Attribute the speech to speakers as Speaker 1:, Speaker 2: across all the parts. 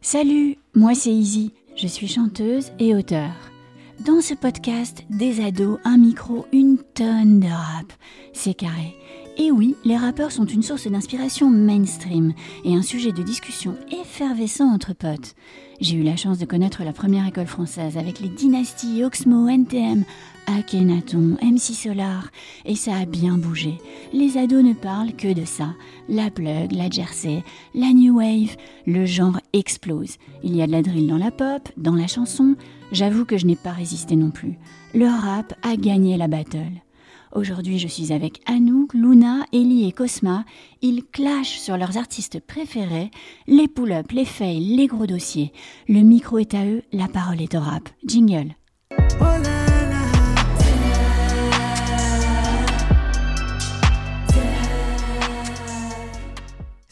Speaker 1: Salut, moi c'est Izzy, je suis chanteuse et auteure. Dans ce podcast, des ados, un micro, une tonne de rap. C'est carré. Et Eh oui, les rappeurs sont une source d'inspiration mainstream et un sujet de discussion effervescent entre potes. J'ai eu la chance de connaître la première école française avec les dynasties Oxmo, NTM, Akhenaton, MC Solar, et ça a bien bougé. Les ados ne parlent que de ça. La plug, la jersey, la new wave, le genre explose. Il y a de la drill dans la pop, dans la chanson. J'avoue que je n'ai pas résisté non plus. Le rap a gagné la battle. Aujourd'hui, je suis avec Anouk, Luna, Ellie et Cosma. Ils clashent sur leurs artistes préférés, les pull-ups, les fails, les gros dossiers. Le micro est à eux, la parole est au rap. Jingle.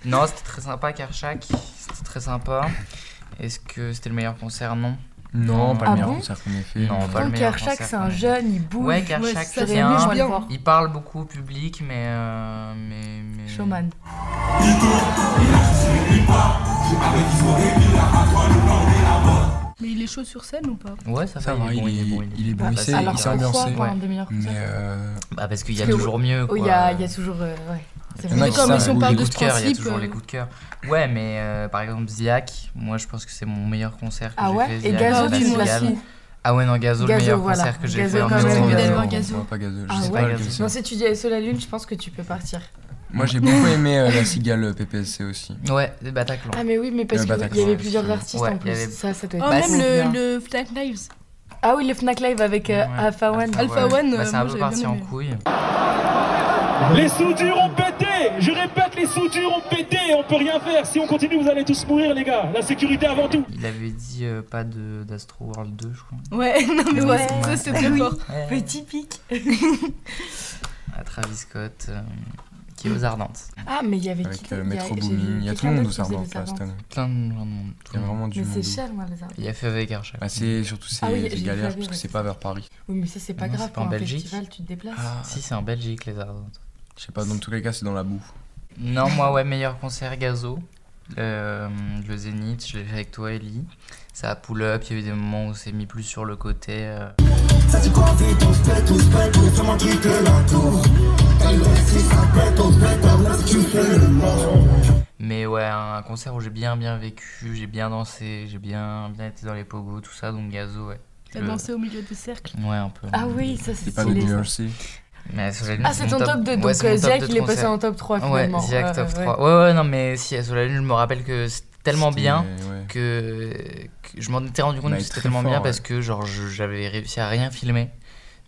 Speaker 2: Non, c'était très sympa, Karchak. C'était très sympa. Est-ce que c'était le meilleur concert Non.
Speaker 3: Non, pas
Speaker 4: Ah
Speaker 3: le meilleur
Speaker 4: bon
Speaker 3: concert qu'on ait fait.
Speaker 2: Non, pas le
Speaker 4: Donc
Speaker 2: meilleur
Speaker 4: Kershak,
Speaker 2: concert
Speaker 4: c'est
Speaker 2: qu'on
Speaker 4: un
Speaker 2: ait fait.
Speaker 4: jeune, il bouge.
Speaker 2: Ouais, Kershak,
Speaker 4: ça,
Speaker 2: c'est
Speaker 4: j'aurais aimé,
Speaker 2: un-
Speaker 4: je vais le voir.
Speaker 2: Il parle beaucoup au public, mais. euh, mais, mais...
Speaker 4: Showman.
Speaker 5: Mais il est chaud sur scène ou pas
Speaker 2: Ouais, ça,
Speaker 3: Ça va,
Speaker 2: va,
Speaker 3: il est bon, il est bon, il
Speaker 2: Bah,
Speaker 3: sait,
Speaker 2: c'est-
Speaker 3: il
Speaker 4: Alors
Speaker 3: s'est
Speaker 2: c'est-
Speaker 4: pourquoi
Speaker 3: ambiancé.
Speaker 4: pas un demi-heure comme
Speaker 3: Mais
Speaker 4: ça
Speaker 3: euh,
Speaker 2: Bah, parce qu'il y a
Speaker 4: Parce que-
Speaker 2: toujours mieux.
Speaker 4: Oh,
Speaker 2: Quoi.
Speaker 4: il y a, il y a toujours. euh, ouais. C'est
Speaker 3: Il y en a
Speaker 4: vrai.
Speaker 3: qui D'accord, mais savent. si on
Speaker 2: Ou
Speaker 5: parle
Speaker 2: les
Speaker 5: de
Speaker 2: coups
Speaker 5: ce
Speaker 2: cœur, Il y a
Speaker 5: principe,
Speaker 2: toujours
Speaker 5: euh.
Speaker 2: les coups de cœur. Ouais, mais euh, par exemple, Ziak, moi je pense que c'est mon meilleur concert que
Speaker 4: Ah
Speaker 2: j'ai
Speaker 4: ouais
Speaker 2: fait.
Speaker 4: Et
Speaker 2: Ziak,
Speaker 4: Gazo,
Speaker 2: Bastille.
Speaker 4: tu nous l'as su.
Speaker 2: Ah ouais, non, Gazo, le
Speaker 4: Gazo,
Speaker 2: meilleur
Speaker 4: voilà.
Speaker 2: concert que j'ai
Speaker 4: Gazo,
Speaker 2: fait. en
Speaker 4: quand
Speaker 2: même
Speaker 4: même,
Speaker 2: temps,
Speaker 4: envie d'aller
Speaker 2: Gazo.
Speaker 5: voir
Speaker 3: on
Speaker 5: Gazo.
Speaker 3: voit pas Gazo, je
Speaker 4: Ah
Speaker 3: sais
Speaker 4: ouais
Speaker 3: pas
Speaker 2: Gazo.
Speaker 3: lequel c'est.
Speaker 4: Non, si tu dis SO la lune, je pense que tu peux partir.
Speaker 3: Moi j'ai beaucoup aimé euh, la cigale PPSC aussi.
Speaker 2: Ouais, des Bataclan.
Speaker 4: Ah, mais oui, mais parce
Speaker 3: Le
Speaker 4: qu'il y
Speaker 3: Bataclan,
Speaker 4: avait plusieurs
Speaker 3: absolument.
Speaker 4: artistes
Speaker 2: Ouais,
Speaker 4: en
Speaker 2: il y
Speaker 4: plus.
Speaker 2: avait-
Speaker 4: Ça, ça doit
Speaker 5: Oh,
Speaker 4: être
Speaker 5: même
Speaker 4: cool.
Speaker 5: le,
Speaker 4: Bien.
Speaker 5: le Flag Lives.
Speaker 4: Ah oui, le Fnac Live avec euh,
Speaker 2: Ouais.
Speaker 4: Alpha One.
Speaker 5: Alpha One,
Speaker 2: Bah, c'est
Speaker 5: euh,
Speaker 2: un
Speaker 5: moi,
Speaker 2: peu
Speaker 5: j'avais
Speaker 2: parti
Speaker 5: bien
Speaker 2: en
Speaker 5: aimé.
Speaker 2: couille.
Speaker 6: Les soudures ont pété Je répète, les soudures ont pété On peut rien faire Si on continue, vous allez tous mourir, les gars La sécurité avant tout
Speaker 2: Il avait dit euh, pas de d'Astro World 2, je crois.
Speaker 5: Ouais, non mais
Speaker 4: Ouais.
Speaker 5: ouais, ça c'est très fort.
Speaker 2: Ah Ouais.
Speaker 4: Ah, Petit pic.
Speaker 2: À Travis Scott, euh, qui est aux Ardentes.
Speaker 4: Ah, mais il y avait qui
Speaker 3: Avec
Speaker 4: d'autre
Speaker 3: euh,
Speaker 4: Il y a-
Speaker 3: Metro
Speaker 4: j'ai
Speaker 3: Booming,
Speaker 4: vu
Speaker 3: il y a tout
Speaker 4: quelqu'un
Speaker 3: le monde
Speaker 4: d'autre
Speaker 3: au
Speaker 4: qui faisait
Speaker 3: Sarbon
Speaker 4: des
Speaker 3: là, cette
Speaker 4: servants.
Speaker 3: année.
Speaker 2: Plein de gens de monde. tout
Speaker 3: Il y
Speaker 2: le
Speaker 3: a
Speaker 2: monde.
Speaker 3: vraiment du
Speaker 4: Mais c'est
Speaker 3: monde.
Speaker 4: cher, moi, les arbres.
Speaker 2: Il y a fait avec Archa.
Speaker 3: Bah, c'est surtout c'est
Speaker 4: Ah oui, j'ai
Speaker 3: c'est
Speaker 4: vu
Speaker 3: galère
Speaker 4: la
Speaker 3: parce que
Speaker 4: vidéo.
Speaker 3: c'est pas vers Paris.
Speaker 4: Oui, mais ça, c'est pas
Speaker 2: Non,
Speaker 4: grave.
Speaker 2: c'est pas
Speaker 4: Pour
Speaker 2: en
Speaker 4: un
Speaker 2: Belgique.
Speaker 4: festival, tu te déplaces.
Speaker 3: Ah.
Speaker 2: Si, c'est en Belgique, les Ardentes.
Speaker 3: Je sais pas, dans tous les cas c'est dans la boue.
Speaker 2: Non, moi, ouais, meilleur concert Gazo. Euh, le Zénith, je l'ai fait avec toi, Ellie. Ça a pull-up, il y a eu des moments où on s'est mis plus sur le côté. euh, Mais ouais, un concert où j'ai bien bien vécu, j'ai bien dansé, j'ai bien bien été dans les pogos, tout ça, donc Gazo, ouais.
Speaker 5: T'as
Speaker 2: Le-
Speaker 5: dansé au milieu du cercle.
Speaker 2: Ouais, un peu.
Speaker 4: Ah oui, ça, c'est
Speaker 3: C'est pas de
Speaker 4: stylé.
Speaker 3: New
Speaker 4: ça.
Speaker 3: York City.
Speaker 2: Mais sur la Lune,
Speaker 4: Ah, c'est
Speaker 2: mon
Speaker 4: ton top 2,
Speaker 2: ouais,
Speaker 4: donc
Speaker 2: c'est mon
Speaker 4: euh,
Speaker 2: top
Speaker 4: Ziak,
Speaker 2: deux de
Speaker 4: il est passé
Speaker 2: concert.
Speaker 4: en top 3
Speaker 2: Ouais,
Speaker 4: Ah, finalement.
Speaker 2: Ziak
Speaker 4: Ouais,
Speaker 2: top
Speaker 4: ouais,
Speaker 2: 3. Ouais, ouais, non, mais si, sur la Lune, je me rappelle que c'était tellement
Speaker 3: C'était- euh,
Speaker 2: bien
Speaker 3: ouais.
Speaker 2: que, que je m'en étais rendu compte
Speaker 3: Mais
Speaker 2: que c'était
Speaker 3: très
Speaker 2: tellement
Speaker 3: fort,
Speaker 2: bien
Speaker 3: ouais.
Speaker 2: parce que, genre, je- j'avais réussi à rien filmer,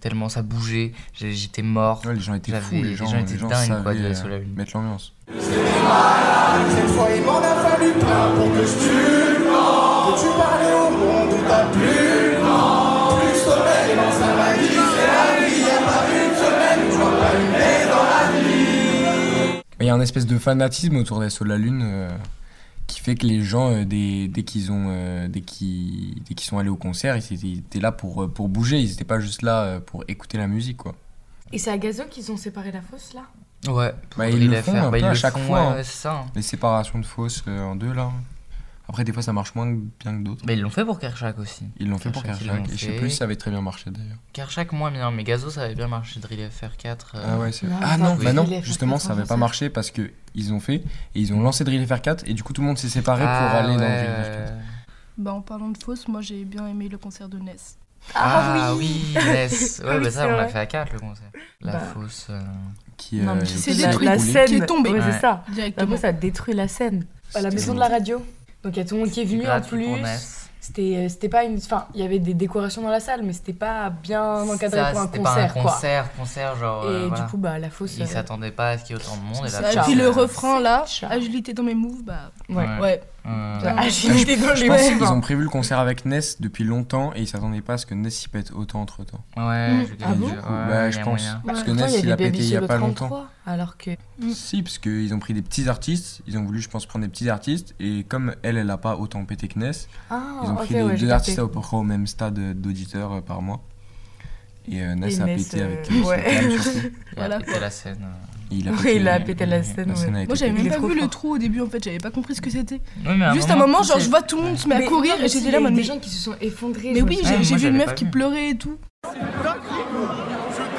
Speaker 2: tellement ça bougeait, j'ai- j'étais mort.
Speaker 3: Ouais, les gens étaient
Speaker 2: J'avais-
Speaker 3: fous, les gens, les
Speaker 2: étaient
Speaker 3: gens
Speaker 2: dingues, quoi, de
Speaker 3: savaient
Speaker 2: SO la
Speaker 3: euh,
Speaker 2: Lune.
Speaker 3: mettre l'ambiance.
Speaker 7: Cette fois, il m'en a fallu plein pour que je tue. Peux-tu parler au monde où t'as plus Plus de sommeil dans sa magie, c'est la vie. Y'a pas une semaine où je vois pas une baisse dans la
Speaker 3: Il y a un espèce de fanatisme autour des Sous de la Lune euh, qui fait que les gens, euh, dès, dès qu'ils ont, euh, dès qu'ils, dès qu'ils sont allés au concert, ils étaient, ils étaient là pour, euh, pour bouger, ils étaient pas juste là euh, pour écouter la musique, quoi.
Speaker 4: Et c'est à Gazo qu'ils ont séparé la fosse là
Speaker 2: Ouais,
Speaker 3: Bah, ils le font un peu
Speaker 2: ils
Speaker 3: à
Speaker 2: le
Speaker 3: chaque
Speaker 2: font,
Speaker 3: fois,
Speaker 2: ouais,
Speaker 3: hein.
Speaker 2: ouais, c'est ça. hein.
Speaker 3: Les séparations de fausses euh, en deux, là. Après, des fois, ça marche moins que- bien que d'autres.
Speaker 2: Mais Bah, ils l'ont fait pour Kershak aussi.
Speaker 3: Ils l'ont fait pour
Speaker 2: Kershak, ils
Speaker 3: Kershak,
Speaker 2: l'ont
Speaker 3: et je
Speaker 2: fait.
Speaker 3: sais plus si ça avait très bien marché, d'ailleurs.
Speaker 2: Kershak, moins bien, mais Gazo, ça avait bien marché, Drill FR4. euh,
Speaker 3: Ah ouais, c'est...
Speaker 4: Non,
Speaker 3: Ah
Speaker 4: attends,
Speaker 3: non,
Speaker 4: oui.
Speaker 3: bah non,
Speaker 4: Drill FR4,
Speaker 3: justement, ça avait
Speaker 4: franchement,
Speaker 3: pas
Speaker 4: ça.
Speaker 3: marché parce que ils ont fait, et ils ont lancé Drill FR4, et du coup, tout le monde s'est séparé pour
Speaker 2: Ah
Speaker 3: aller dans
Speaker 2: ouais,
Speaker 3: Drill FR4.
Speaker 2: euh,
Speaker 5: Bah en parlant de fausse, moi j'ai bien aimé le concert de Ness.
Speaker 2: Ah oui, Ness. Ouais,
Speaker 4: Ah oui,
Speaker 2: bah ça,
Speaker 4: c'est
Speaker 2: on l'a
Speaker 4: vrai.
Speaker 2: fait à 4 le concert. La
Speaker 4: Bah.
Speaker 2: fausse. euh,
Speaker 3: Qui,
Speaker 4: Non, mais
Speaker 3: euh, qui
Speaker 4: c'est
Speaker 5: la-
Speaker 3: s'est
Speaker 5: la
Speaker 3: écroulée.
Speaker 5: scène. Qui est tombée.
Speaker 4: Ouais,
Speaker 2: Ouais.
Speaker 4: c'est ça.
Speaker 5: Directement.
Speaker 4: Après, ça a détruit la scène. À la
Speaker 3: C'était
Speaker 4: maison de
Speaker 3: bon.
Speaker 4: la radio. Donc, il y a tout le monde qui est venu en
Speaker 2: gratuit pour
Speaker 4: plus.
Speaker 2: Ness.
Speaker 4: C'était euh, c'était pas une. Enfin, il y avait des décorations dans la salle, mais c'était pas bien encadré
Speaker 2: Ça,
Speaker 4: pour un
Speaker 2: c'était
Speaker 4: concert,
Speaker 2: pas un
Speaker 4: quoi.
Speaker 2: concert, concert, genre.
Speaker 4: Et
Speaker 2: euh, voilà.
Speaker 4: du coup, bah, la fosse. euh,
Speaker 2: Ils s'attendaient pas à ce qu'il y ait autant de monde. Et
Speaker 5: Ça,
Speaker 2: là,
Speaker 5: et
Speaker 4: ciao.
Speaker 5: puis le
Speaker 2: euh,
Speaker 5: refrain là,
Speaker 4: Ciao.
Speaker 5: agilité dans mes moves, bah
Speaker 4: Ouais.
Speaker 2: Ouais.
Speaker 5: ouais.
Speaker 2: euh,
Speaker 4: Bah,
Speaker 5: Ah,
Speaker 4: agilité dans
Speaker 3: Je
Speaker 4: les
Speaker 3: pense
Speaker 4: mains.
Speaker 3: qu'ils ont prévu le concert avec Ness depuis longtemps et ils s'attendaient pas à ce que Ness y pète autant entre temps.
Speaker 2: Ouais, je
Speaker 5: Ah bon
Speaker 3: bah, je pense. Parce que
Speaker 4: Pourtant,
Speaker 3: Ness, il
Speaker 4: il y
Speaker 3: a
Speaker 4: avait
Speaker 3: pété
Speaker 4: Baby
Speaker 3: il y a
Speaker 4: Solo
Speaker 3: pas longtemps.
Speaker 4: 33, Alors que.
Speaker 5: Mm.
Speaker 3: Si, parce qu'ils ont pris des petits artistes, ils ont voulu, je pense, prendre des petits artistes et comme elle, elle a pas autant pété que Ness,
Speaker 4: Ah,
Speaker 3: ils ont
Speaker 4: ok,
Speaker 3: pris des,
Speaker 4: ouais, j'ai
Speaker 3: deux
Speaker 4: capté.
Speaker 3: artistes à peu près au même stade euh, d'auditeurs euh, par mois. Et euh, Ness
Speaker 4: Et
Speaker 3: a
Speaker 4: Ness,
Speaker 3: pété
Speaker 4: euh,
Speaker 3: avec euh,
Speaker 4: ouais.
Speaker 3: Snowcalm, surtout.
Speaker 2: Voilà.
Speaker 5: Voilà,
Speaker 2: C'était
Speaker 5: quoi.
Speaker 2: la scène. euh,
Speaker 3: Et il a
Speaker 4: Oui,
Speaker 3: pété,
Speaker 4: il a pété la scène, ouais.
Speaker 3: a été
Speaker 5: Moi, j'avais
Speaker 4: Il
Speaker 5: même
Speaker 4: est
Speaker 5: pas
Speaker 4: trop
Speaker 5: vu le
Speaker 4: fort.
Speaker 5: trou au début, en fait, j'avais pas compris ce que c'était.
Speaker 2: Ouais, mais à
Speaker 5: Juste un moment,
Speaker 2: tout
Speaker 5: genre,
Speaker 2: s'est-
Speaker 5: je vois tout le monde se met à courir et j'étais là, moi, mais,
Speaker 4: des gens qui se sont effondrés.
Speaker 5: mais oui,
Speaker 2: Ouais,
Speaker 5: j'ai-
Speaker 2: moi,
Speaker 5: j'ai vu une
Speaker 2: j'avais
Speaker 5: meuf
Speaker 2: pas
Speaker 5: qui
Speaker 2: vu.
Speaker 5: pleurait et tout.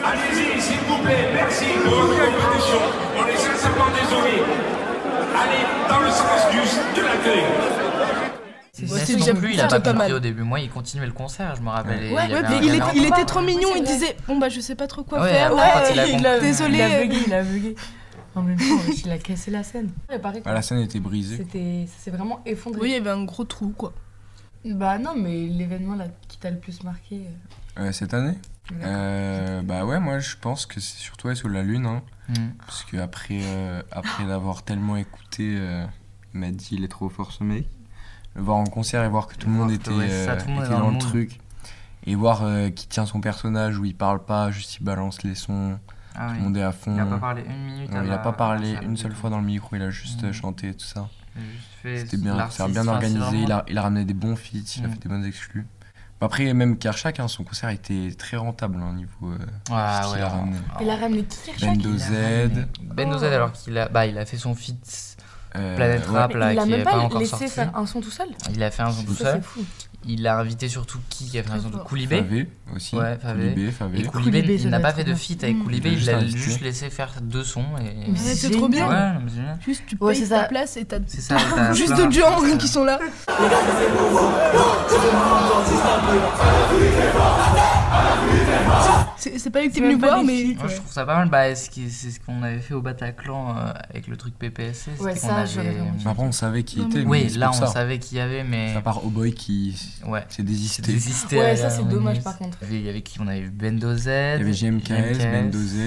Speaker 8: Allez-y, s'il vous plaît, merci. Nous revenons à condition. On est sincèrement désolés. Allez, dans le sens du, de l'accueil.
Speaker 5: Ouais,
Speaker 2: Ness
Speaker 5: c'est-
Speaker 2: non
Speaker 5: j'aime
Speaker 2: plus, il
Speaker 5: bien,
Speaker 2: a pas
Speaker 5: c'est pas
Speaker 2: compris
Speaker 5: mal.
Speaker 2: au début. Moi, il continuait le concert, je me rappelle. et
Speaker 5: Ouais,
Speaker 2: avait
Speaker 5: mais
Speaker 2: un
Speaker 5: il,
Speaker 2: canard.
Speaker 5: était, il était trop
Speaker 4: Ouais,
Speaker 5: mignon,
Speaker 4: c'est
Speaker 5: il
Speaker 4: vrai.
Speaker 5: disait Bon, bah, je sais pas trop quoi
Speaker 2: Ouais,
Speaker 5: faire.
Speaker 2: après, quand il a compris.
Speaker 5: désolé.
Speaker 4: Il a bugué, il a bugué. En même temps, il a cassé la scène. Il paraît que
Speaker 3: Ah, la scène était brisée.
Speaker 4: c'était, ça s'est vraiment effondré.
Speaker 5: Oui, il y avait un gros trou, quoi.
Speaker 4: Bah non, mais l'événement là qui t'a le plus marqué.
Speaker 3: Euh, cette année
Speaker 4: euh,
Speaker 3: Euh, Bah ouais, moi je pense que c'est surtout ouais, sous la lune. hein.
Speaker 2: Mm.
Speaker 3: Parce que après, euh, après l'avoir tellement écouté, euh, il m'a dit il est trop fort ce mec. Le voir en concert et voir que tout le
Speaker 2: Voir
Speaker 3: monde
Speaker 2: que,
Speaker 3: était,
Speaker 2: ouais, c'est ça,
Speaker 3: euh,
Speaker 2: tout le monde
Speaker 3: était
Speaker 2: est dans
Speaker 3: dans
Speaker 2: le
Speaker 3: le
Speaker 2: mood.
Speaker 3: truc. Et voir euh, qu'il tient son personnage où il parle pas, juste il balance les sons,
Speaker 2: Ah
Speaker 3: tout
Speaker 2: oui.
Speaker 3: le monde est à fond.
Speaker 2: Il a pas parlé une minute.
Speaker 3: Non,
Speaker 2: à
Speaker 3: il
Speaker 2: la-
Speaker 3: a pas parlé
Speaker 2: à la-
Speaker 3: une seule fois dans le micro, il a juste
Speaker 2: Mm.
Speaker 3: euh, chanté et tout ça.
Speaker 2: Il a juste fait
Speaker 3: C'était bien,
Speaker 2: l'artiste,
Speaker 3: c'était bien
Speaker 2: enfin, c'est
Speaker 3: organisé, il,
Speaker 2: vraiment-
Speaker 3: a, il a ramené des bons feats, il a
Speaker 2: Mm.
Speaker 3: fait des bonnes exclus. Bah Après, même Kershak, hein, son concert était très rentable au niveau. euh, Ben
Speaker 2: Ah
Speaker 3: ce qu'il
Speaker 2: ouais,
Speaker 3: a
Speaker 2: alors-
Speaker 3: ramené.
Speaker 2: alors-
Speaker 4: Il a ramené qui Kershak
Speaker 3: Bendo
Speaker 2: il a
Speaker 3: Z.
Speaker 2: ramené- Bendo Z, alors qu'il a, bah, il a fait son feat
Speaker 3: euh,
Speaker 2: Planète
Speaker 3: ouais.
Speaker 2: Rap
Speaker 4: Mais
Speaker 2: là,
Speaker 4: Il a
Speaker 2: qui est
Speaker 4: même
Speaker 2: pas,
Speaker 4: pas
Speaker 2: encore
Speaker 4: laissé
Speaker 2: sorti.
Speaker 4: faire un son tout seul.
Speaker 2: Il a fait un son tout
Speaker 4: Ça, c'est
Speaker 2: seul.
Speaker 4: fou.
Speaker 2: Il a invité surtout qui qui a fait un
Speaker 5: Très
Speaker 2: son de
Speaker 5: fort.
Speaker 2: Koulibé.
Speaker 3: Favé aussi.
Speaker 2: Ouais, Favé.
Speaker 3: Koulibé, Favé.
Speaker 2: Et
Speaker 4: Koulibé,
Speaker 2: Koulibé,
Speaker 4: ça
Speaker 2: il n'a
Speaker 4: doit
Speaker 2: pas
Speaker 4: être
Speaker 2: fait de
Speaker 4: bien.
Speaker 2: feat avec
Speaker 5: Mm.
Speaker 2: Koulibé,
Speaker 3: Il a
Speaker 2: il
Speaker 3: juste
Speaker 2: l'a
Speaker 3: invité.
Speaker 2: juste laissé faire deux sons et.
Speaker 4: Mais
Speaker 5: Ouais,
Speaker 4: c'est
Speaker 5: c'est trop
Speaker 2: Ouais,
Speaker 5: bien.
Speaker 2: non, mais c'est bien.
Speaker 5: Juste, tu
Speaker 4: Ouais,
Speaker 5: payes
Speaker 4: c'est
Speaker 5: ta
Speaker 4: ça.
Speaker 5: place et t'as
Speaker 2: C'est ça. t'as
Speaker 5: juste
Speaker 2: plein
Speaker 5: deux gens
Speaker 2: d'artistes.
Speaker 5: qui sont là. C'est c'est pas lui qui est venu
Speaker 4: même pas
Speaker 5: voir,
Speaker 4: des
Speaker 5: mais.
Speaker 2: euh, Moi, je trouve ça pas mal. Bah, ce qui- c'est ce qu'on avait fait au Bataclan euh, avec le truc PPSC. c'était
Speaker 4: Ouais,
Speaker 2: qu'on
Speaker 4: ça, j'aurais
Speaker 2: avait-
Speaker 4: vraiment
Speaker 3: Mais Bah, Après, on savait qui
Speaker 5: Non,
Speaker 3: était.
Speaker 5: mais-
Speaker 3: mais
Speaker 2: Oui,
Speaker 3: c'est
Speaker 2: là, on
Speaker 3: pour ça.
Speaker 2: savait qu'il y avait, mais.
Speaker 3: À part Oboy qui
Speaker 2: Ouais.
Speaker 3: s'est désisté.
Speaker 2: Désisté
Speaker 4: Ouais,
Speaker 2: à
Speaker 4: ça,
Speaker 2: la
Speaker 4: c'est
Speaker 2: dernière
Speaker 4: dommage,
Speaker 2: minute.
Speaker 4: par contre.
Speaker 2: Il y avait- il y avait qui On avait eu Bendo Z.
Speaker 3: Il y avait GMKS, Bendo Z,